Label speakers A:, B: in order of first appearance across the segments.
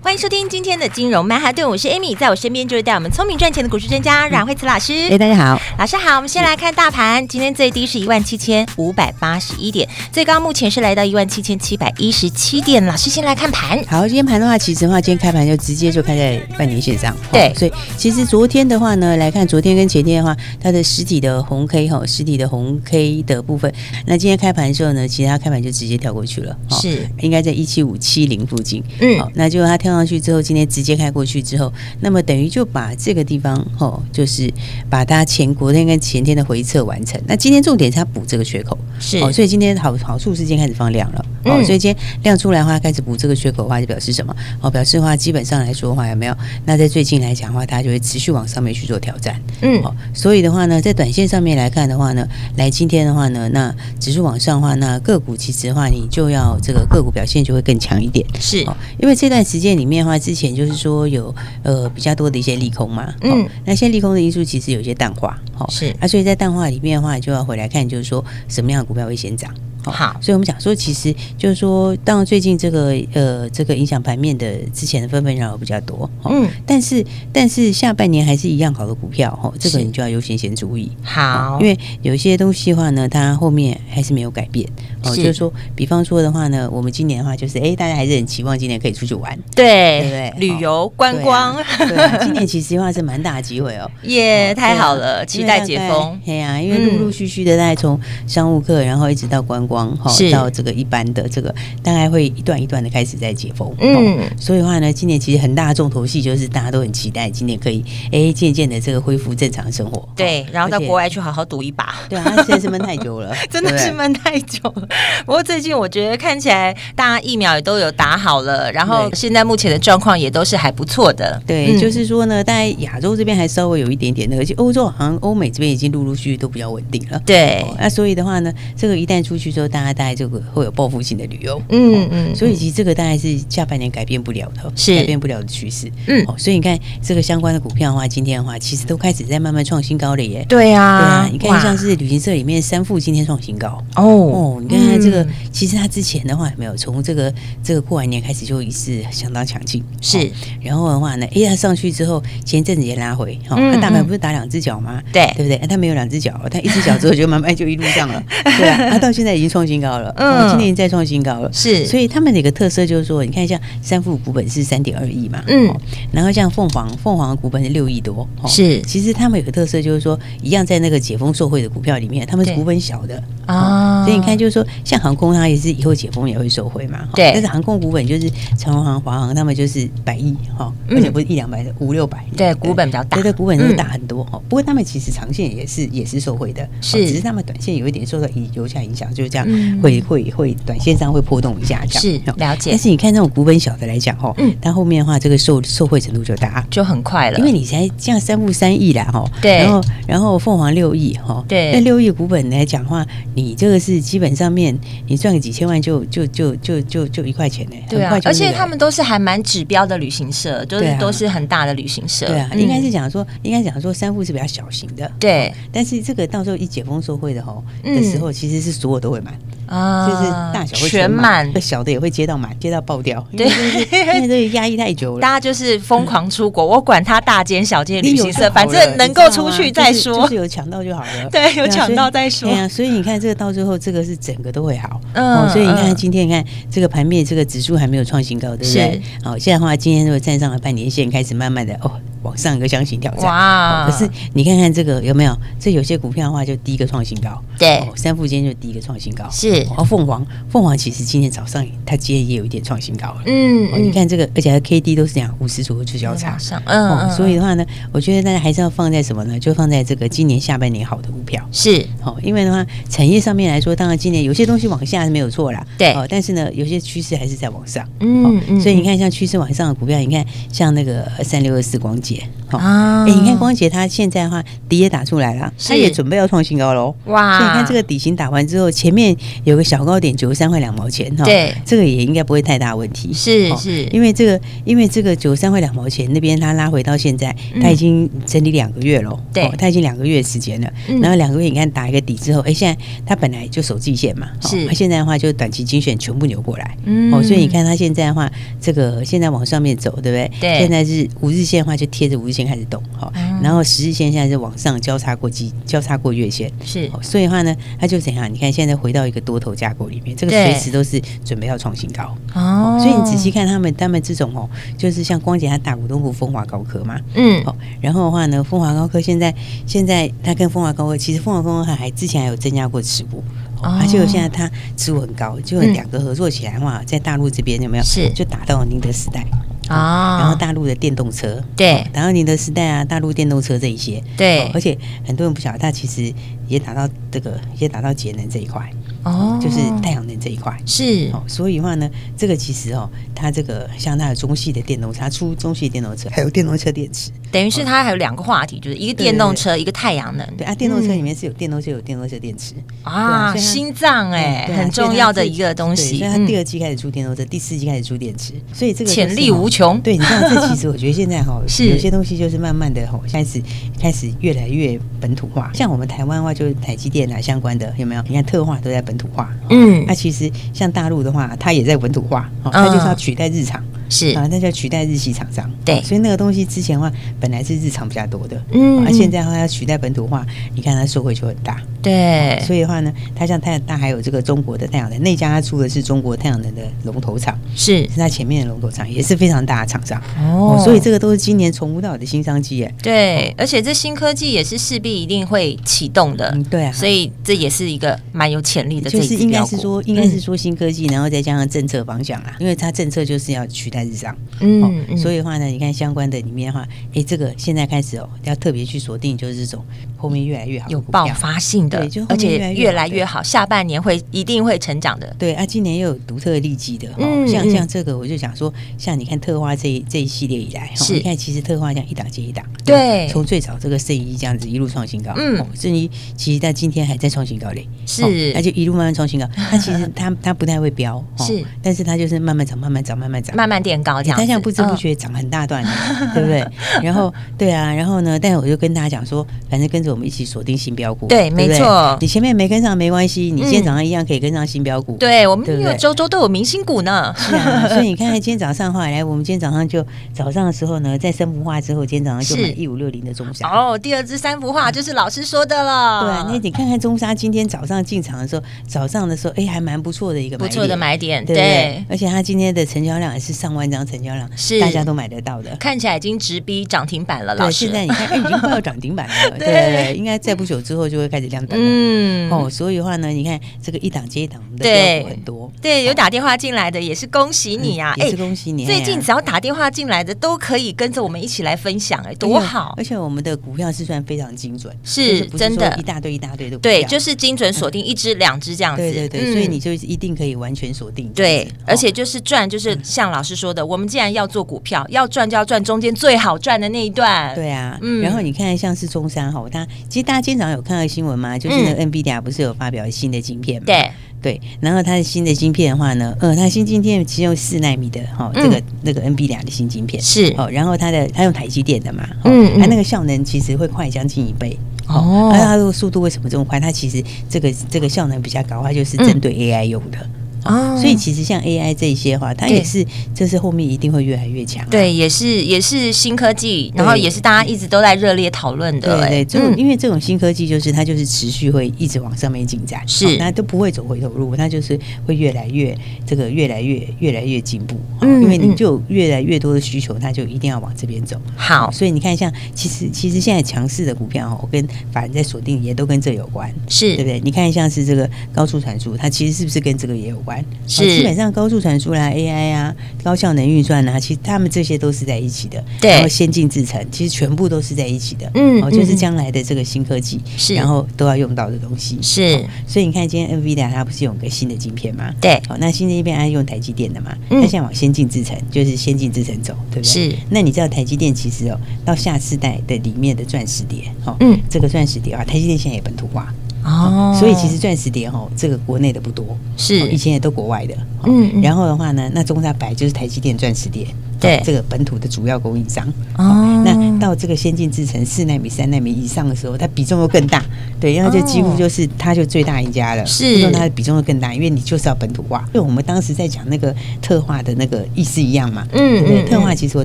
A: 欢迎收听今天的金融曼哈顿，我是 Amy，在我身边就是带我们聪明赚钱的股市专家阮慧慈老
B: 哎、
A: 师。
B: 大家好，
A: 老师好，我们先来看大盘，今天最低是一万七千五百八十一点，最高目前是来到一万七千七百一十七点。老师先来看盘，
B: 好，今天盘的话，其实的话，今天开盘就直接就开在半年线上，
A: 对
B: 哦所以其实昨天的话呢，来看昨天跟前天的话，它的实体的红 K 哈，实体的红 K 的部分，那今天开盘的时候呢，其实它开盘就直接跳过去了，哦
A: 是
B: 应该在一七五七零附近，
A: 嗯
B: 好，那就它跳上去之后，今天直接开过去之后，那么等于就把这个地方哦，就是把它前昨天跟前天的回撤完成，那今天重点是它补这个缺口，
A: 是
B: 哦，所以今天好好处是今天开始放量了，哦，
A: 嗯
B: 所以今天量出来的话，开始补这个缺口的话，就表示什么？哦，表示的话，基本上来说的话，有没有？那在最近来讲的话，它就会持续往上面去做挑战，
A: 嗯
B: 哦，所以的话呢，在短线上面来看的话呢，来今天的话呢，那指数往上的话，那个股其实的话，你就要这个个股表现就会更强一点，
A: 是
B: 哦，因为这段时间里面的话，之前就是说有呃比较多的一些利空嘛，
A: 嗯
B: 哦，那现在利空的因素其实有一些淡化，好、哦，
A: 是
B: 啊，所以在淡化里面的话，就要回来看，就是说什么样的股票会先涨。哦
A: 好
B: 所以我们讲说，其实就是说，当然最近这个呃，这个影响盘面的之前的纷纷扰扰比较多，哦
A: 嗯，
B: 但是但是下半年还是一样好的股票，哦，这个
A: 是
B: 你就要优先先注意，
A: 好，
B: 哦因为有一些东西的话呢，它后面还是没有改变哦。
A: 是
B: 就是说，比方说的话呢，我们今年的话就是，哎，大家还是很期望今年可以出去玩，
A: 对
B: 对不对
A: 旅游观光
B: 对 啊对啊今年其实的话是蛮大的机会哦。
A: 耶，
B: 哦
A: 太好
B: 对
A: 了，
B: 啊
A: 期待解封。嗯
B: 因为大概对呀、因为陆陆续续的，大概从商务客，然后一直到观光，哈
A: 是
B: 到这个一般的这个，大概会一段一段的开始在解封。哦
A: 嗯，
B: 所以的话呢，今年其实很大的重头戏就是大家都很期待今年可以哎渐渐的这个恢复正常生活。
A: 对，然后到
B: 而且
A: 国外去好好赌一把。
B: 对啊，它现在是闷太久了
A: ，真的是
B: 对不对
A: 闷太久了。不过最近我觉得看起来大家疫苗也都有打好了，然后
B: 对
A: 现在目前的状况也都是还不错的。
B: 对，
A: 嗯
B: 就是说呢，大概亚洲这边还稍微有一点点那个，而且欧洲好像欧美这边已经陆陆续续都比较稳定了。
A: 对
B: 哦，那所以的话呢，这个一旦出去之后，大家大概就会有报复性的旅游。
A: 嗯
B: 哦
A: 嗯
B: 所以其实这个大概是下半年改变不了的，
A: 是
B: 改变不了的趋势。
A: 嗯
B: 哦，所以你看这个相关的股票的话，今天的话其实都开始在慢慢创新高了耶。
A: 对
B: 对
A: 啊
B: 啊，，你看
A: 哇
B: 像是旅行社里面三富今天创新高。
A: 哦
B: 哦，你看它这个，
A: 嗯
B: 其实它之前的话有没有从这个这个过完年开始就一直相当强劲，
A: 是
B: 哦然后的话呢，哎，它上去之后，前一阵子也拉回，哦，
A: 嗯
B: 那大盘
A: 嗯
B: 不是打两只脚吗？
A: 对
B: 对不对？啊它没有两只脚，它一只脚之后就慢慢就一路 上了，对啊，它到现在已经创新高了，
A: 嗯
B: 哦今年再创新高了，
A: 是
B: 所以他们的一个特色就是说，你看一下三富股本是三点二亿嘛，
A: 嗯
B: 哦，然后像凤凰，凤凰的股本是六亿多，哦
A: 是
B: 其实他们有个特色就是说，一样在那个解封受惠的股票里面，他们是
A: 对
B: 股本小的
A: 啊
B: 哦所以你看，就是说，像航空，它也是以后解封也会受惠嘛。哈
A: 对
B: 但是航空股本就是长荣航、华航，他们就是百亿哈，
A: 嗯
B: 而且不是一两百的，五六百。
A: 对股本比较大
B: 对对，股本就
A: 嗯
B: 是大很多哈。不过他们其实长线也是也是受惠的，
A: 是
B: 哦只是他们短线有一点受到油价影响，就是这样
A: 嗯
B: 会会会短线上会波动一下这样。
A: 是
B: 哦
A: 了解
B: 但是你看那种股本小的来讲哈
A: 嗯，
B: 它后面的话，这个受受惠程度就大。
A: 就很快了，
B: 因为你才这样三步三亿啦，哈，
A: 对
B: 然后然后凤凰六亿，哈，
A: 对
B: 那六亿股本来讲话，你这个是基本上面你赚个几千万就就就就就就一块钱呢、
A: 对
B: 很
A: 啊
B: 快，就
A: 而
B: 那
A: 且
B: 个
A: 他们都是还蛮指标的旅行社，就是、
B: 对啊
A: 都是很大的旅行社，
B: 对啊，
A: 嗯
B: 应该是讲说，应该讲说三富是比较小型的，
A: 对
B: 但是这个到时候一解封受惠的吼
A: 嗯
B: 的时候，其实是所有都会满，
A: 啊
B: 就是大小会
A: 全满。
B: 小的也会接到满，接到爆掉，因
A: 对
B: 为这个因为这个压抑太久了
A: 大。家就是疯狂出国，我管他大间小间旅行
B: 你
A: 社，
B: 有就好
A: 反
B: 了
A: 正能
B: 你知道
A: 够
B: 吗
A: 出去
B: 就是
A: 再说。
B: 就是有抢到就好了。
A: 对有
B: 啊
A: 抢
B: 所以
A: 到再说
B: 对啊，所以你看这个到最后，这个是整个都会好。
A: 嗯
B: 嗯，所以你看
A: 嗯
B: 今天，你看这个盘面，这个指数还没有创新高，对不对？好，现在的话，今天如果站上了半年线，开始慢慢的哦往上一个箱型挑战。
A: 哇
B: 哦可是你看看这个有没有？这有些股票的话，就第一个创新高。
A: 对
B: 哦三附间就第一个创新高。
A: 是是
B: 哦，凤凰，凤凰其实今天早上它今天也有一点创新高了。
A: 嗯
B: 哦，你看这个，而且它 K D 都是这样五十左右就交叉
A: 往，上，嗯，
B: 哦
A: 嗯，
B: 所以的话呢，我觉得大家还是要放在什么呢？就放在这个今年下半年好的股票。
A: 是
B: 好、因为的话，产业上面来说，当然今年有些东西往下是没有错啦，
A: 对
B: 哦，但是呢，有些趋势还是在往上，
A: 嗯嗯
B: 哦所以你看，像趋势往上的股票，你看像那个三六二四光捷，好、哦，
A: 啊
B: 哎、你看光捷它现在的话底也打出来了，它
A: 是
B: 也准备要创新高喽。
A: 哇
B: 所以你看这个哦底型打完之后，前面有个小高点九十三块两毛钱哈，
A: 对
B: 这个也应该不会太大问题。
A: 是
B: 哦
A: 是
B: 因为这个因为这个九十三块两毛钱那边它拉回到现在，
A: 嗯
B: 它已经整理两个月了，
A: 对
B: 哦它已经两个月的时间了
A: 嗯。
B: 然后两个月你看打一个底之后，哎，现在它本来就守季线嘛，哦
A: 是
B: 那现在的话就短期精选全部扭过来。
A: 嗯
B: 哦，所以你看它现在的话，这个现在往上面走，对不对？
A: 对
B: 现在是五日线的话，就贴着五日线开始动，好、
A: 嗯
B: 然后十日线现在是往上交叉过季，交叉过月线，
A: 是
B: 哦所以的话呢，它就怎样？你看现在回到一个多头架构里面，这个
A: 对
B: 随时都是准备要创新高。
A: 哦
B: 所以你仔细看他们，他们这种哦，就是像光姐它大股东不风华高科嘛，
A: 嗯
B: 哦，然后的话呢，风华高科现在现在它跟风华高科，其实风华高科还之前还有增加过持股。
A: 哦
B: 哦，而且我现在它持股很高，就
A: 嗯
B: 两个合作起来的话，在大陆这边有没有？
A: 是
B: 就打到宁德时代，
A: 啊
B: 然后大陆的电动车，
A: 对
B: 打到宁德时代啊，大陆电动车这一些，
A: 对
B: 哦而且很多人不晓得，它其实也打到这个，也打到节能这一块，
A: 哦
B: 就是太阳能这一块。
A: 是
B: 哦，所以的话呢，这个其实哦，它这个像它的中系的电动车，它出中系的电动车，还有电动车电池。
A: 等于是它还有两个话题，就是一个
B: 对
A: 电动
B: 哦对对
A: 车，一个太阳能
B: 对啊，电动车
A: 嗯
B: 里面是有电动车，有电动车电池，
A: 啊，
B: 对啊所以它
A: 心脏哎
B: 对啊
A: 很
B: 所以它
A: 重要的
B: 是
A: 一个东西，
B: 对所以它第
A: 嗯
B: 二季开始出电动车，第四季开始出电池，所以这个就是
A: 潜力无穷，
B: 哦对，你知道，这其实我觉得现在哈
A: 是
B: 有些东西 就是慢慢的哈，开始开始越来越本土化。像我们台湾的话，就是台积电啊相关的，有没有？你看特化都在本土化，哦
A: 嗯
B: 那其实像大陆的话，它也在本土化，哦
A: 嗯
B: 它就是要取代日常。
A: 是
B: 啊，那叫取代日系厂商。啊
A: 对
B: 所以那个东西之前的话，本来是日常比较多的，
A: 嗯
B: 啊，
A: 嗯
B: 现在的话要取代本土化，你看它收回就很大。
A: 对
B: 所以的话呢，它像太阳，它还有这个中国的太阳能，那家它出的是中国太阳能的龙头厂，
A: 是
B: 是它前面的龙头厂，也是非常大的厂商。
A: 哦
B: 所以这个都是今年从无到有的新商机耶。
A: 对，而且这新科技也是势必一定会启动的，
B: 嗯对啊
A: 所以这也是一个蛮有潜力的这
B: 就
A: 一
B: 是
A: 支
B: 应该
A: 标
B: 是
A: 股
B: 说，应该是说新科技，然后再加上政策方向啊，因为它政策就是要取代日常，哦
A: 嗯，嗯，
B: 所
A: 以
B: 以的话呢，你看相关的里面的话，哎，这个现在开始哦，要特别去锁定，就是这种后面越来越好的
A: 有
B: 股票
A: 爆发性的
B: 对就，后
A: 而
B: 面
A: 且越
B: 越
A: 来
B: 来越好
A: 越好，下半年会一定会成长的，
B: 对啊，今年又有独特的利基的，哦
A: 嗯
B: 像
A: 嗯
B: 像这个，我就想说，像你看特化这一这一系列以来，哦
A: 是
B: 你看其实特化这样一档接一档，
A: 对
B: 从最早这个圣衣这样子一路创新高，
A: 嗯
B: 哦，圣衣其实在今天还在创新高嘞，哦
A: 是
B: 那就一路慢慢创新高，它其实它它不太会飙，哦
A: 是，
B: 但是它就是慢慢涨，慢慢涨，慢慢涨。
A: 慢慢垫高这样
B: 它
A: 子，嗯
B: 像不知不觉涨很大段了，对不对？然 后对啊，然后呢？但我就跟大家讲说，反正跟着我们一起锁定新标股，
A: 对
B: 不
A: 没错
B: 你前面没跟上没关系，你今天
A: 嗯
B: 早上一样可以跟上新标股。
A: 嗯，对我们
B: 对不
A: 有
B: 对
A: 周周都有明星股呢，
B: 是啊，所以你看，今天早上后来，我们今天早上就早上的时候呢，在生不化之后，今天早上就买
A: 是
B: 一五六零的中 沙。
A: 哦，第二支三幅画就是老师说的了，
B: 对啊，那你看看中沙今天早上进场的时候，早上的时候，哎，还蛮不错的一个买
A: 不
B: 点
A: 错的，买点，
B: 对不
A: 对
B: 对？。而且它今天的成交量也是上万张成交量，
A: 是
B: 大家都买得到的。
A: 看起来已经直逼涨停板了，老
B: 对，
A: 师。
B: 现在你看，哎，已经快要涨停板了，
A: 对
B: 对对对，应该在不久之后就会开始亮灯了。
A: 嗯，
B: 哦，所以的话呢，你看这个一档接一档，我们的
A: 对
B: 标股很多。
A: 对，有打电话进来的也是恭喜你啊！
B: 嗯也是恭喜你
A: 最近
B: 哎呀
A: 只要打电话进来的都可以跟着我们一起来分享、哎，多好！
B: 而且我们的股票是算非常精准，
A: 是
B: 就不
A: 真
B: 说
A: 的
B: 一大堆一大堆的股票，
A: 对，就是精准锁定一只、两只这样子。
B: 对对对，
A: 嗯
B: 所以你就一定可以完全锁定这样
A: 对
B: 子。，哦
A: 而且就是赚，
B: 嗯
A: 就是像老师说的，我们既然要做股票，要赚就要赚中间最好赚的那一段。
B: 哦。对啊，
A: 嗯
B: 然后你看像是中山哈，它其实大家经常有看到新闻嘛，就是那个 NVIDIA 不是有发表新的晶片嘛？
A: 嗯对，
B: 对，然后它的新的晶片的话呢，呃，它新晶片其实用四纳米的哈、哦，这个、那个 NVIDIA 的新晶片
A: 嗯是
B: 哦，然后它的它用台积电的嘛，哦、
A: 嗯嗯
B: 它那个效能其实会快将近一倍。
A: 哦
B: 哎
A: 嗯
B: 那它的速度为什么这么快？它其实这个这个效能比较高，它就是针对 AI 用的。
A: 哦
B: 所以其实像 AI 这一些的话，它
A: 对
B: 也是，这是后面一定会越来越强、啊。
A: 对，也是也是新科技，然后
B: 对
A: 也是大家一直都在热烈讨论的、
B: 对
A: 哎
B: 对，这种、
A: 嗯
B: 因为这种新科技就是它就是持续会一直往上面进展，
A: 是
B: 哦那、都不会走回头路，它就是会越来越这个越来越越来越进步，哦
A: 嗯
B: 因为你
A: 嗯
B: 就有越来越多的需求，它就一定要往这边走。
A: 好
B: 哦所以你看像其实其实现在强势的股票哦，跟法人在锁定也都跟这有关。
A: 是
B: 对不对？你看像是这个高速传输，它其实是不是跟这个也有关？
A: 是
B: 哦基本上高速传输啦、AI 啊、高效能运算啊，其实他们这些都是在一起的。
A: 对
B: 然后先进制程，其实全部都是在一起的。
A: 嗯
B: 哦，
A: 嗯
B: 就是
A: 嗯
B: 将来的这个新科技，
A: 是
B: 然后都要用到的东西。
A: 是
B: 所以你看，今天 NVIDIA 它不是有个新的晶片吗？
A: 对
B: 好、那新的晶片它用台积电的嘛？
A: 嗯
B: 那现在往先进制程，就是先进制程走，对不对？
A: 是。
B: 那你知道台积电其实哦，到下世代的里面的钻石碟，哦，
A: 嗯
B: 这个钻石碟啊，台积电现在也本土化，
A: 哦
B: 所以其实钻石碟哦，这个国内的不多，
A: 是
B: 哦以前也都国外的。哦
A: 嗯嗯
B: 然后的话呢，那中大白就是台积电钻石碟，
A: 对
B: 哦这个本土的主要供应商。
A: 哦
B: 那到这个先进制程四纳米、三纳米以上的时候，它比重又更大，对，然后就几乎就是它就最大赢家了，
A: 是
B: 因为它的比重又更大，因为你就是要本土化。因为我们当时在讲那个特化的那个意思一样嘛，
A: 嗯
B: 对不对
A: 嗯
B: 特化
A: 嗯
B: 其实我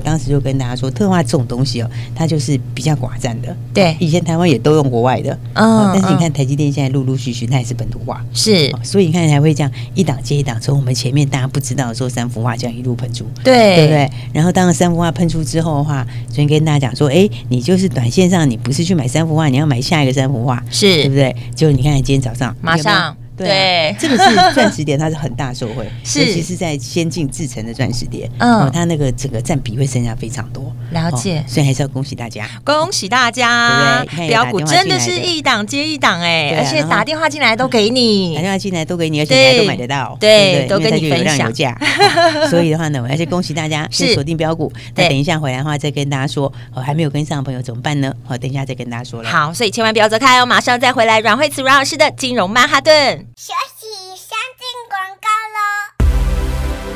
B: 当时就跟大家说，特化这种东西哦，它就是比较寡占的，
A: 对
B: 以前台湾也都用国外的，
A: 嗯
B: 哦但是你看
A: 嗯
B: 台积电现在陆陆续续它也是本土化。
A: 是
B: 哦所以你看才会这样一档接一档，从我们前面大家不知道说三幅画这样一路喷出，
A: 对
B: 对不对？然后当三幅画喷出之后的话，昨天跟大家讲说，哎，你就是短线上你不是去买三幅画，你要买下一个三幅画，
A: 是
B: 对不对？就你看今天早上
A: 马上
B: 有没有对 啊
A: 对
B: 这个是钻石碟，它是很大受惠，
A: 是
B: 尤其是在先进制成的钻石碟，
A: 嗯
B: 哦它那个整个占比会增加非常多。
A: 了解
B: 哦所以还是要恭喜大家。
A: 恭喜大家
B: 对不对你看，有
A: 标股
B: 打电话
A: 真
B: 进来
A: 的是
B: 的
A: 一档接一档哎、
B: 对啊
A: 而且
B: 然后哎
A: 打电话进来都给
B: 打
A: 你，
B: 电话进来都给你，而且
A: 对
B: 你还都买得到，
A: 对
B: 不
A: 都跟你
B: 因为它就有量有价。 哦所以的话呢，我还是恭喜大家
A: 是
B: 先锁定标股。
A: 对
B: 那等一下回来的话再跟大家说，哦，还没有跟上的朋友怎么办呢？好，等一下再跟大家说了。
A: 好，所以千万不要走开哦，马上再回来。阮慧慈阮老师的金融曼哈顿。
C: 学习相进广告喽。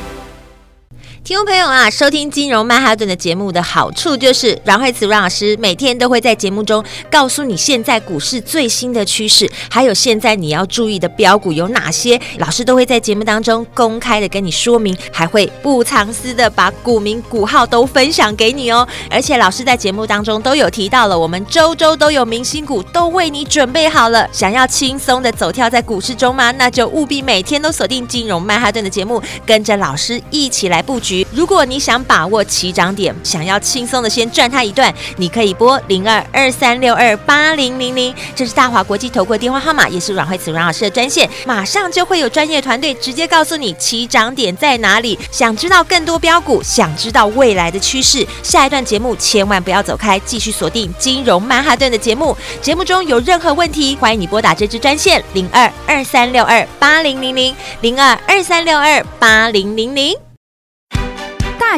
A: 听众朋友啊，收听金融曼哈顿的节目的好处就是，阮慧慈阮老师每天都会在节目中告诉你现在股市最新的趋势，还有现在你要注意的标股有哪些，老师都会在节目当中公开的跟你说明，还会不藏私的把股民股号都分享给你哦。而且老师在节目当中都有提到了，我们周周都有明星股都为你准备好了，想要轻松的走跳在股市中吗？那就务必每天都锁定金融曼哈顿的节目，跟着老师一起来布局。如果你想把握起涨点，想要轻松的先赚它一段，你可以拨零二二三六二八零零零，这是大华国际投顾的电话号码，也是阮慧慈阮老师的专线，马上就会有专业团队直接告诉你起涨点在哪里。想知道更多标股，想知道未来的趋势，下一段节目千万不要走开，继续锁定金融曼哈顿的节目。节目中有任何问题，欢迎你拨打这支专线零二二三六二八零零零零二二三六二八零零零。
D: 大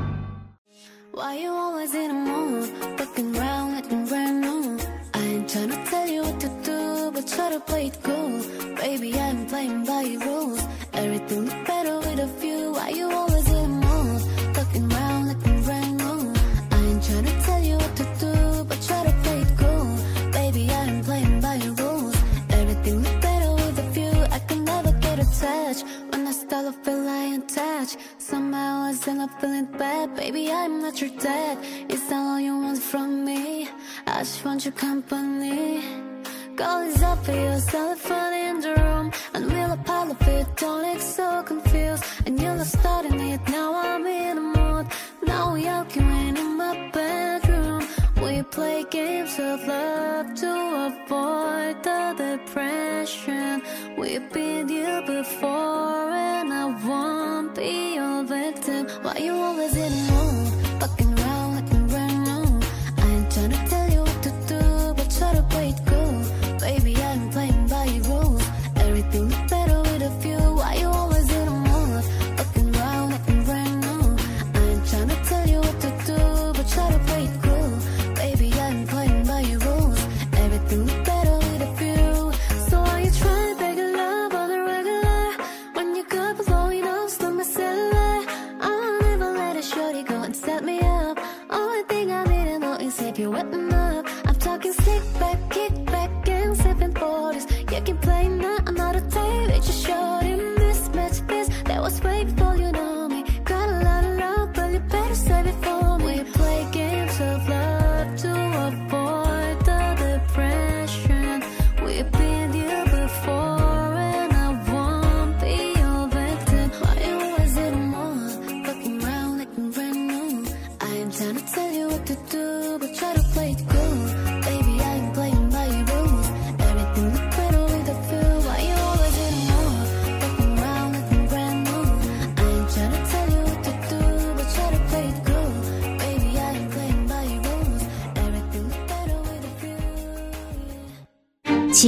E: Why you always in a mood? Looking round like I'm brand new. I ain't tryna tell you what to do, but try to play it cool. Baby, I'm playing by your rules. Everything look better with a few. Why you always in a mood? Looking round like I'm brand new. I ain't tryna tell you what to do, but try to play it cool. Baby, I'm playing by your rules. Everything look better with a few. I can never get attached when I start to feel I am touched. Somehow I still not feeling bad, baby. I'm not your dad. It's all you want from me. I just want your company. Call is up for your cell phone in the room, and we'll apologize. Don't look so confused. And you love starting it now. I'm in a mood. Now we arguing in my bedroom. We play games of love to avoid the depression. We've been here before, and I won't be your victim. Why you always in the mood? Fucking around like I'm brand new. I ain't tryna tell you what to do, but try to play it cool. Baby, I'm playing by your rules. Everything look better with a few. Why you always in the mood? Fucking around like I'm wetting up. I'm talking sick back, kick back, and sipping waters. You can play now another day. It's just short in this match. This that was wakeful, you know me. Got a lot of love, but you better save it for me. We play games of love to avoid the depression. We've been here before, and I won't be your victim. Why you always in the mood, fucking round like I'm brand new? I ain't trying to tell you what to do, but try to play it cool. Baby, I ain't playing by your rules. Everything look better with a few. Why you always in the mood, fucking round like I'm brand new? I ain't trying to tell you what to do, but try to play it cool. Baby, I ain't playing by your rules. Everything look better with a few.
D: 奇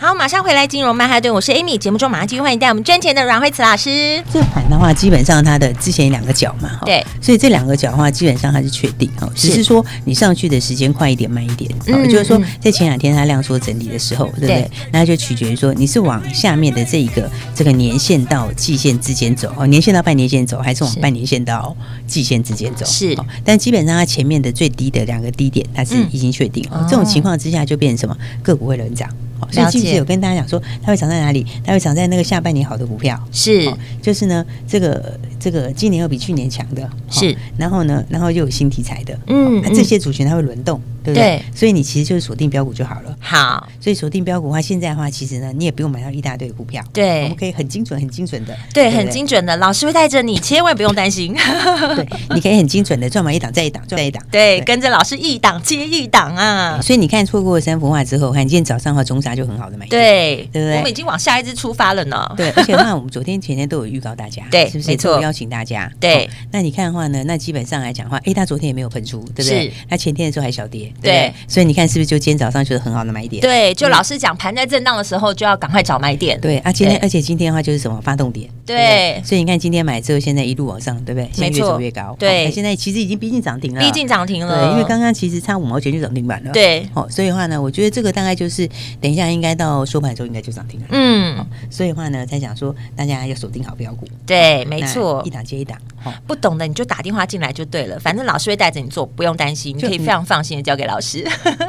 A: 好，马上回来金融曼哈顿，我是 Amy。节目中马上继续欢迎带我们赚钱的阮慧慈老师。
B: 这盘的话，基本上它的之前两个角嘛，哦哈
A: 对，
B: 所以这两个角的话，基本上它是确定哈，只是说你上去的时间快一点、慢一点，哦
A: 嗯
B: 就是说
A: 嗯
B: 在前两天它量缩整理的时候，对不
A: 对
B: 对？那就取决于说你是往下面的这一个这个年限到季线之间走，哦，年限到半年线走，还是往
A: 是
B: 半年线到季线之间走？
A: 是
B: 哦但基本上它前面的最低的两个低点，它是
A: 嗯
B: 已经确定
A: 哦
B: 哦。这种情况之下就变成什么？个股会轮涨。哦所以
A: 了
B: 记不记
A: 解
B: 得有跟大家讲说，它会涨在哪里？它会涨在那个下半年好的股票。
A: 是
B: 哦，就是呢，这个这个今年又比去年强的，哦
A: 是，
B: 然后呢，然后又有新题材的，
A: 嗯
B: 哦那
A: 嗯
B: 这些族群它会轮动，对不对
A: 对？
B: 所以你其实就是锁定标股就好了。
A: 好，
B: 所以锁定标股的话，现在的话，其实呢，你也不用买到一大堆股票，
A: 对
B: 我们可以很精准、很精准的，
A: 对，
B: 不
A: 很精准的，老师会带着你，千万不用担 心。
B: 对，你可以很精准的赚满一档再一档，赚一档，
A: 对，跟着老师一档接一档啊。
B: 所以你看，错过了三幅画之后，看今天早上的话，中沙就很好的买点，
A: 对，
B: 对不对
A: 我们已经往下一支出发了呢。
B: 对，而且的话，我们昨天、前天都有预告大家，
A: 对
B: 是不是？
A: 没错
B: 都有邀请大家。
A: 对
B: 哦那你看的话呢，那基本上来讲的话，诶，它昨天也没有喷出，对不
A: 是
B: 对？它前天的时候还小跌，对不
A: 对
B: 对？所以你看是不是就今天早上就是很好的买点？
A: 对，就老师讲，盘在震荡的时候就要赶快找买点。
B: 对啊，今天
A: 对
B: 而且今天的话就是什么发动点，
A: 对
B: 不所以你看今天买之后，现在一路往上，对不对？现在
A: 没
B: 越
A: 错
B: 走越高，
A: 对
B: 哦那现在其实已经逼近涨停了，
A: 逼近涨停了，
B: 对，因为刚刚其实差五毛钱就涨停板了，
A: 对
B: 哦，所以的话呢，我觉得这个大概就是等一下应该到收盘的时候应该就涨停了，
A: 嗯，
B: 所以的话呢，才想说大家要锁定好标股，
A: 对，没
B: 那
A: 错
B: 一。档接一档，哦。
A: 哎不懂的你就打电话进来就对了，反正老师会带着你做，不用担心，你可以非常放心的交给老师。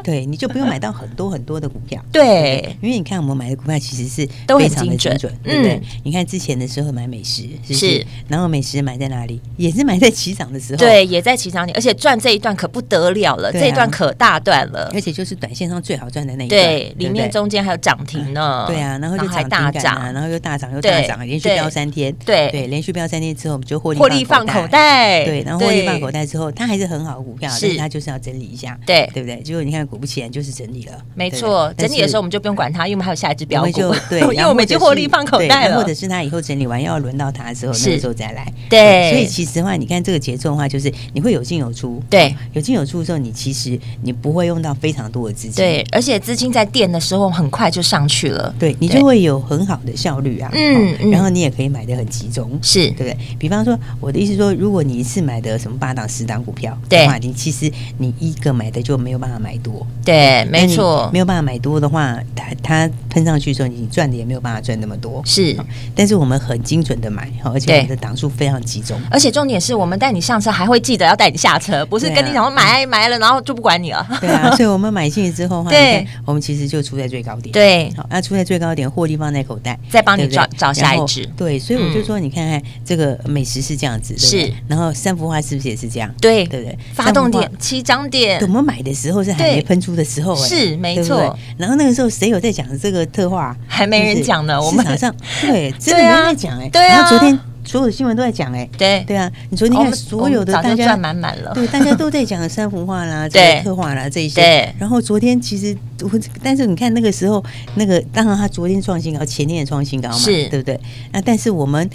B: 对，你就不用买到很多很多的股票。
A: 对，
B: 因为你看我们买的股票其实是
A: 嗯都很
B: 非常的
A: 精准
B: 对不对？
A: 嗯
B: 你看之前的时候买美食，是不
A: 是
B: 是，然后美食买在哪里？也是买在起涨的时候，，
A: 对，也在起涨点，而且赚这一段可不得了了，
B: 对啊
A: 这一段可大段了。
B: 而且就是短线上最好赚的那一段，
A: 对，里
B: 不
A: 面中间还有涨停呢。
B: 对啊，然后就
A: 还
B: 涨
A: 大
B: 停板啊，
A: 涨，
B: 然后又大涨又大
A: 对
B: 涨，连续
A: 对
B: 飙三天，
A: 对
B: 对，连续飙三天之后，我们就获利
A: 获利力放口袋，
B: 对，然后获利放口袋之后，它还是很好的股票，
A: 是
B: 但是它就是要整理一下，
A: 对
B: 对不对？结果你看，果不其然就是整理了，
A: 没错，整理的时候我
B: 候。
A: 们就不用管它，因为我们还有下一只
B: 我
A: 标
B: 们
A: 股
B: 就， 对，
A: 因为我们已经获利放口袋
B: 然后
A: 了
B: 或者。是它以后整理完要轮到它的时候，
A: 是
B: 那个时候再来。
A: 对
B: 所以其实的话，你看这个节奏的话，就是你会有进有出，哦
A: 对，
B: 有进有出的时候，你其实你不会用到非常多的资金，
A: 对，而且资金在垫的时候很快就上去了，
B: 对你
A: 对
B: 就会有很好的效率啊，
A: 嗯
B: 哦
A: 嗯
B: 然后你也可以买的很集中，
A: 是
B: 对不对？比方说，我的意思说，如果你一次买的什么八档、十档股票
A: 对
B: 的话，你其实你一个买的就没有办法买多，
A: 对，没
B: 那
A: 错
B: 你没，有办法买多的话，它它喷上去的时候，你赚的也没有办法赚那么多。
A: 是。
B: 但是我们很精准的买，哦好，而且
A: 对
B: 我们的档数非常集 中。
A: 而且重点是我们带你上车，还会记得要带你下车，不是
B: 对啊
A: 跟你讲我买买了，然后就不管你了。
B: 对啊，所以我们买进之后的话，
A: 对
B: 你看我们其实就出在最高点。，
A: 对，
B: 好，那出在最高点，获利放在口袋，
A: 再帮你
B: 对不对
A: 找找下一只
B: 然后对，所以我就说，你看看这个美食是这样子，对不对
A: 是。
B: 然后三幅画是不是也是这样？
A: 对
B: 对不对？
A: 发动
B: 三幅
A: 点起涨
B: 画。我
A: 点，
B: 们买的时候是还
A: 对
B: 没喷出的时候、哎
A: 是没
B: 对不
A: 错
B: 对然后那个时候谁有在讲这个特化？
A: 还没人讲呢
B: 是不
A: 我
B: 是
A: 们
B: 市场上 对真的没人在讲哎、
A: 对啊
B: 然后昨天所有的新闻都在讲哎、
A: 对
B: 对啊，你昨天
A: 哦我
B: 看
A: 们
B: 所有的
A: 我们早
B: 大
A: 就
B: 家
A: 赚满满了。
B: 对，大家都在讲珊瑚 画啦、这
A: 对
B: 个刻画啦这一些。
A: 对
B: 然后昨天其实我，但是你看那个时候，那个当然他昨天创新高，前天也创新高嘛，
A: 是
B: 对不对？那但是我们。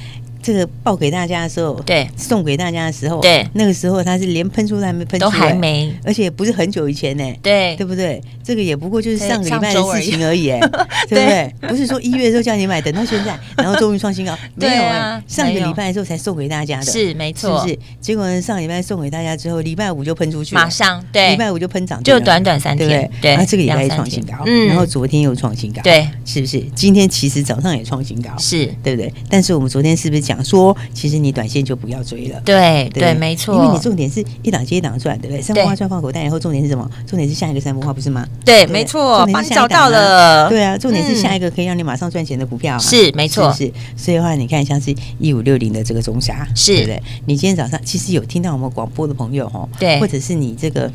B: 这个报给大家的时候，
A: 对
B: 送给大家的时候，
A: 对
B: 那个时候它是连喷出都还没喷出
A: 都
B: 来，
A: 还没
B: 而且不是很久以前呢、
A: 对
B: 对不对？这个也不过就是
A: 对
B: 上个礼
A: 上
B: 拜的
A: 周而
B: 事
A: 已
B: 情而已、哎 对不对？不是说一月的时候叫你买，等到现在，然后终于创新高，没有
A: 对
B: 哎、
A: 啊
B: 上
A: 没
B: 个
A: 有
B: 礼拜的时候才送给大家的，
A: 是没错
B: 是不是？结果呢，上礼拜送给大家之后，礼拜五就喷出去了，
A: 马上对
B: 礼拜五就喷涨停
A: 就
B: 了，
A: 短短三
B: 对不
A: 天对，
B: 对，？啊，这个礼拜
A: 两
B: 也
A: 三
B: 创新
A: 天
B: 高，
A: 嗯，
B: 然后昨天又创新高，
A: 对，
B: 是不是？今天其实早上也创新高，
A: 是，
B: 对不对？但是我们昨天是不是讲说，其实你短线就不要追了？
A: 对
B: 不
A: 对，没错，
B: 因为你重点是一档接一档赚，对不对？三
A: 对
B: 幅画赚放口袋以后，重点是什么？重点是下一个三幅画，不是吗？
A: 对，
B: 对
A: 没错，
B: 重点
A: 帮你
B: 是下
A: 找
B: 一档啊
A: 到了，
B: 对啊，重点是
A: 嗯
B: 下一个可以让你马上赚钱的股票、啊
A: 是没错
B: 是不是。所以的话，你看像是一五六零的这个中沙，
A: 是
B: 对不对？你今天早上其实有听到我们广播的朋友哦，
A: 对
B: 或者是你这个。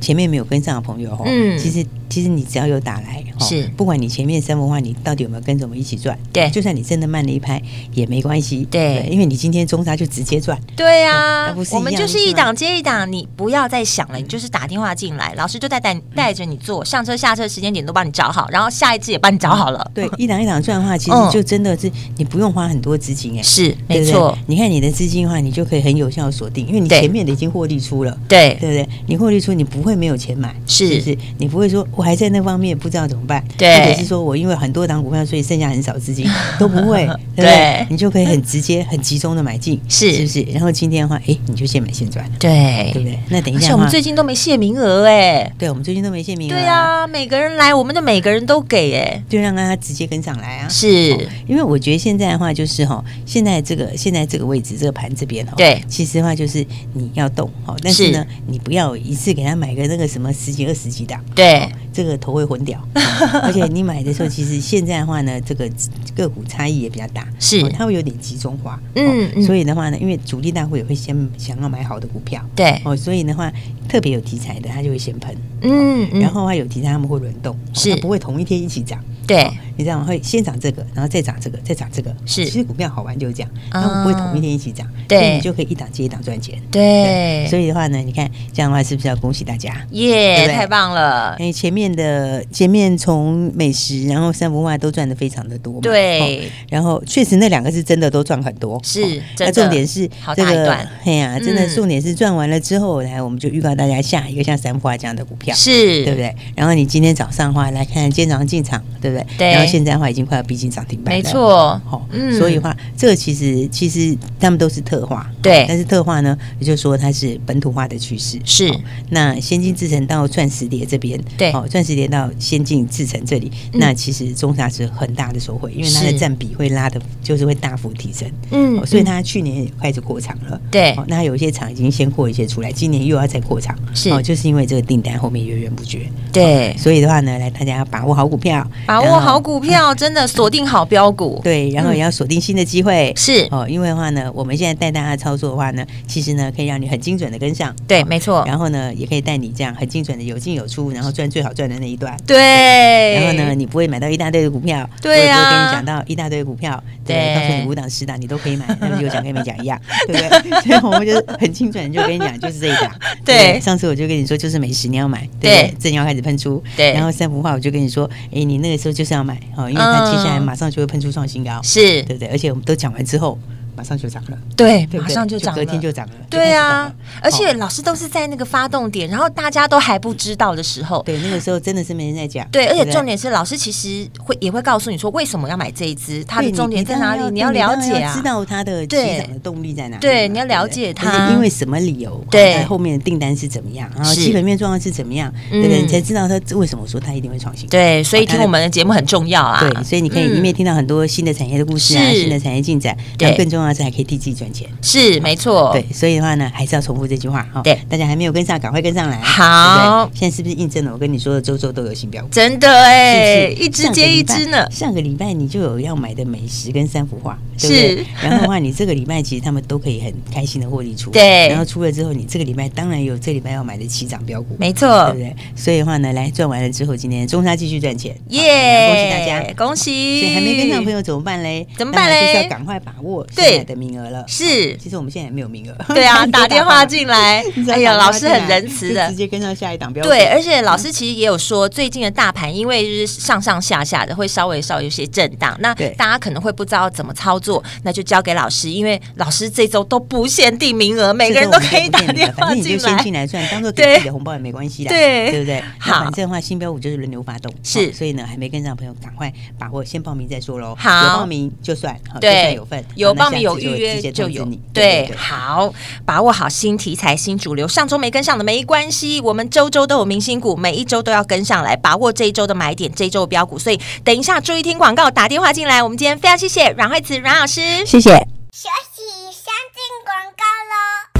B: 前面没有跟上的朋友哦，
A: 嗯
B: 其实其实你只要有打来，哦
A: 是
B: 不管你前面三幅画，你到底有没有跟着我们一起赚，
A: 对
B: 就算你真的慢了一拍也没关系，
A: 对
B: 因为你今天中沙就直接赚，
A: 对啊
B: 那不，是
A: 我们
B: 一样
A: 就是
B: 意思
A: 一
B: 吗
A: 档接一档，你不要再想了，你就是打电话进来，老师就带带带着你做，上车下车时间点都帮你找好，然后下一次也帮你找好了。
B: 对，一档一档赚的话，其实
A: 嗯
B: 就真的是你不用花很多资金哎、
A: 是
B: 对
A: 没
B: 不对
A: 错，
B: 你看你的资金的话，你就可以很有效地锁定，因为你
A: 对
B: 前面的已经获利出了。
A: 对
B: 对不对？你获利出，你不会没有钱买，
A: 是
B: 不是？你不会说我还在那方面不知道怎么办，
A: 对
B: 或者是说我因为很多档股票，所以剩下很少 资金，都不会，对不
A: 对
B: 对？你就可以很直接、很集中的买进，
A: 是
B: 是不是？然后今天的话，哎，你就现买现赚，对不
A: 对，
B: 对？那等一
A: 而
B: 下
A: 且
B: 的
A: 我
B: 话
A: 们，最近都没限名额哎，
B: 对，我们最近都没限名额，
A: 对，啊，每个人来，我们的每个人都给哎，
B: 就让他直接跟上来啊，
A: 是
B: 因为我觉得现在的话就是哈，现在这个现在这个位置这个盘这边哈，
A: 对
B: 其实的话就是你要动哈，但是呢，你不要一次给他买个那个什么十几二十几档，
A: 对
B: 这个头会昏 掉。哦而且你买的时候，其实现在的话呢，这个个股差异也比较大，
A: 是
B: 哦它会有点集中化，
A: 嗯
B: 哦
A: 嗯
B: 所以的话呢，因为主力大户也会先想要买好的股票，
A: 对，
B: 哦，所以的话特别有题材的，它就会先喷，
A: 嗯
B: 然
A: 嗯，
B: 后它有题材他们会轮动，哦
A: 是
B: 它不会同一天一起涨。
A: 对
B: 哦你知道吗？会先涨这个，然后再涨这个，再涨这个。
A: 哎
B: 哦
A: 是
B: 其实股票好玩就是这样，
A: 啊
B: 然后不会同一天一起涨，
A: 对哎
B: 所以你就可以一档接一档赚钱。
A: 对，
B: 所以的话呢，你看这样的话是不是要恭喜大家？对
A: 耶，
B: 不对哦
A: 太棒了，
B: 因为前面的前面从美食，然后三幅画都赚的非常的多嘛，哦
A: 对，
B: 然后确实那两个是真的都赚很多，
A: 是
B: 哦
A: 真的
B: 那重点是
A: 好
B: 这
A: 大一
B: 个
A: 段，
B: 哎呀，真的
A: 嗯
B: 重点是赚完了之后，来我们就预告大家下一个像三幅画这样的股票，
A: 是，
B: 哦对不对？然后你今天早上的话来看，今天早上进场，对不对？
A: 对
B: 然后现在的话已经快要逼近涨停板了，
A: 没。错
B: 好，，
A: 嗯
B: 所以的话，这个其实其实他们都是特化，
A: 对
B: 但是特化呢，也就是说它是本土化的趋势。
A: 是
B: 哦那先进制程到钻石碟这边，
A: 对
B: 哦，钻石碟到先进制程这里，
A: 嗯
B: 那其实中沙是很大的收获，因为它的
A: 是
B: 占比会拉的，就是会大幅提升。
A: 嗯
B: 哦所以它去年也开始扩厂了，
A: 对
B: 哦那有一些厂已经先扩一些出来，今年又要再扩厂，哦
A: 是
B: 就是因为这个订单后面源源不绝，哦
A: 对。
B: 所以的话呢，来大家要把握好股票，
A: 把
B: 然
A: 握
B: 后嗯
A: 好股票，真的锁定好标股。
B: 对，然后也要锁定新的机会。
A: 是
B: 哦，因为的话呢，我们现在带大家操作的话呢，其实呢可以让你很精准的跟上，
A: 对，
B: 哦
A: 没错，
B: 然后呢也可以带你这样很精准的有进有出，然后赚最好赚赚的那一段。
A: 对，
B: 然后呢，？你不会买到一大堆的股票，
A: 哎对啊
B: 我也不会跟你讲到一大堆的股票，对不对，
A: 对
B: 告诉你五档十档你都可以买，那么就讲跟没讲 一样，对不对？所以我们就是很清楚地就跟你讲，就是这一档。
A: 对
B: 不上次我就跟你说，就是美食你要买，对不
A: 对
B: 对，正要开始喷出，
A: 对
B: 然后三幅画我就跟你说，哎，你那个时候就是要买哦，因为它
A: 嗯
B: 接下来马上就会喷出创新高，
A: 是
B: 对不对？而且我们都讲完之后，马上就涨了，
A: 对，
B: 对不
A: 马
B: 对
A: 上就涨了，
B: 隔天就涨了，就开
A: 对
B: 始涨
A: 啊
B: 了，
A: 而且
B: 哦
A: 老师都是在那个发动点，然后大家都还不知道的时候。
B: 对那个时候真的是没人在讲，
A: 对，而
B: 不
A: 且重点是，老师其实会也会告诉你说为什么要买这一支，它的
B: 对你
A: 重点
B: 你
A: 在
B: 当
A: 哪
B: 然
A: 里，你
B: 对
A: 要了解
B: 当然要
A: 啊
B: 知。道它的起
A: 对
B: 涨的动力在哪里嘛，
A: 对你要了
B: 对不对
A: 解
B: 而且
A: 它
B: 因为什么理由，
A: 对
B: 它后面的订单是怎么样，然后
A: 是
B: 基本面状况是怎么样，对不
A: 嗯
B: 对？你才知道它为什么我说它一定会创新。
A: 对，所以
B: 哦它
A: 听
B: 的
A: 我们的节目很重要啊。
B: 对，所以你可以
A: 嗯
B: 里面听到很多新的产业的故事啊，
A: 是
B: 新的产业进展，
A: 对
B: 然后更重要的是还可以替自己赚钱。
A: 嗯是没错。
B: 对，所以的话呢，还是要重复这句话哈。
A: 对
B: 大家还没有跟上，赶快跟上来。
A: 好
B: 对不对现在是不是印证了我跟你说的周周都有新标股？
A: 真的哎，
B: 是不是
A: 一只接一只呢。
B: 上个礼拜上个礼拜你就有要买的美食跟三幅画，对不对
A: 是
B: 然后的话，你这个礼拜其实他们都可以很开心的获利出。
A: 对
B: 然后出了之后，你这个礼拜当然有这礼拜要买的起涨标股，
A: 没错
B: 对不对？所以的话呢，来赚完了之后，今天中沙继续赚钱，
A: 耶！
B: 好恭喜大家！
A: 恭喜！
B: 所以还没跟上的朋
A: 友
B: 友怎么办嘞？
A: 怎么办
B: 当然就是
A: 嘞
B: 要赶快把握
A: 对
B: 现在的名额了。
A: 是
B: 其实我们现在也没有名额。
A: 对 啊，
B: 你就
A: 打电话进来
B: 你只，要
A: 哎呀，
B: 打电话
A: 老师
B: 进来
A: 很仁慈
B: 就
A: 的
B: 直，接跟上下一档标股。嗯
A: 对，而且老师其实也有说，最近的大盘因为就是上上下下的，会稍微稍微有些震荡。那
B: 对
A: 大家可能会不知道怎么操作，那就交给老师，因为老师这周都不限定名额，每个人都可以打电话
B: 反正你
A: 进
B: 就先
A: 来
B: 进。来赚，当做给
A: 对
B: 自己的红包也没关系啦，
A: 对
B: 对不对？
A: 好
B: 那反正的话，新标五就是轮流发动，
A: 是
B: 哦所以呢，还没跟上的朋友，赶快把握，先报名再说喽。
A: 好
B: 有报名就算，好
A: 对
B: 就算有份，
A: 有
B: 好那
A: 报名
B: 下
A: 有
B: 次
A: 预
B: 直
A: 约
B: 接
A: 就
B: 通知
A: 有
B: 你，
A: 对，好，把握好新题材、新主流。上周没跟上的没关系，我们周周都有明星股，每一周都要跟上来，把握这一周的买点，这一周的标股。所以等一下注意听广告，打电话进来。我们今天非常谢谢阮慧慈阮老师，
B: 谢谢。
C: 休息一下，进广告喽。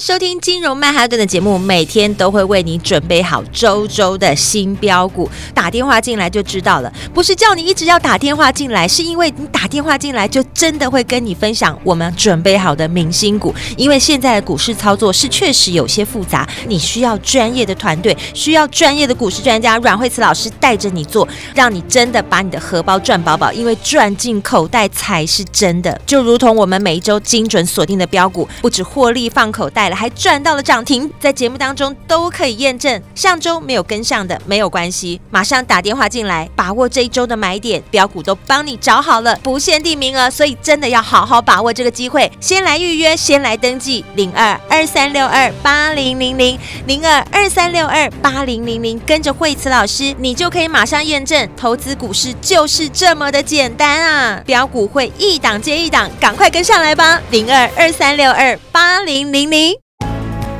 A: 收听金融曼哈顿的节目，每天都会为你准备好周周的新标股，打电话进来就知道了。不是叫你一直要打电话进来，是因为你打电话进来就真的会跟你分享我们准备好的明星股。因为现在的股市操作是确实有些复杂，你需要专业的团队，需要专业的股市专家阮慧慈老师带着你做，让你真的把你的荷包赚饱饱，因为赚进口袋才是真的。就如同我们每一周精准锁定的标股，不止获利放口袋了，还赚到了涨停，在节目当中都可以验证。上周没有跟上的没有关系，马上打电话进来，把握这一周的买点，标股都帮你找好了，不限定名额，所以真的要好好把握这个机会，先来预约，先来登记，零二二三六二八零零零。零二二三六二八零零零，跟着惠慈老师，你就可以马上验证，投资股市就是这么的简单啊！标股会一档接一档，赶快跟上来吧！零二二三六二八零零零。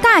D: 大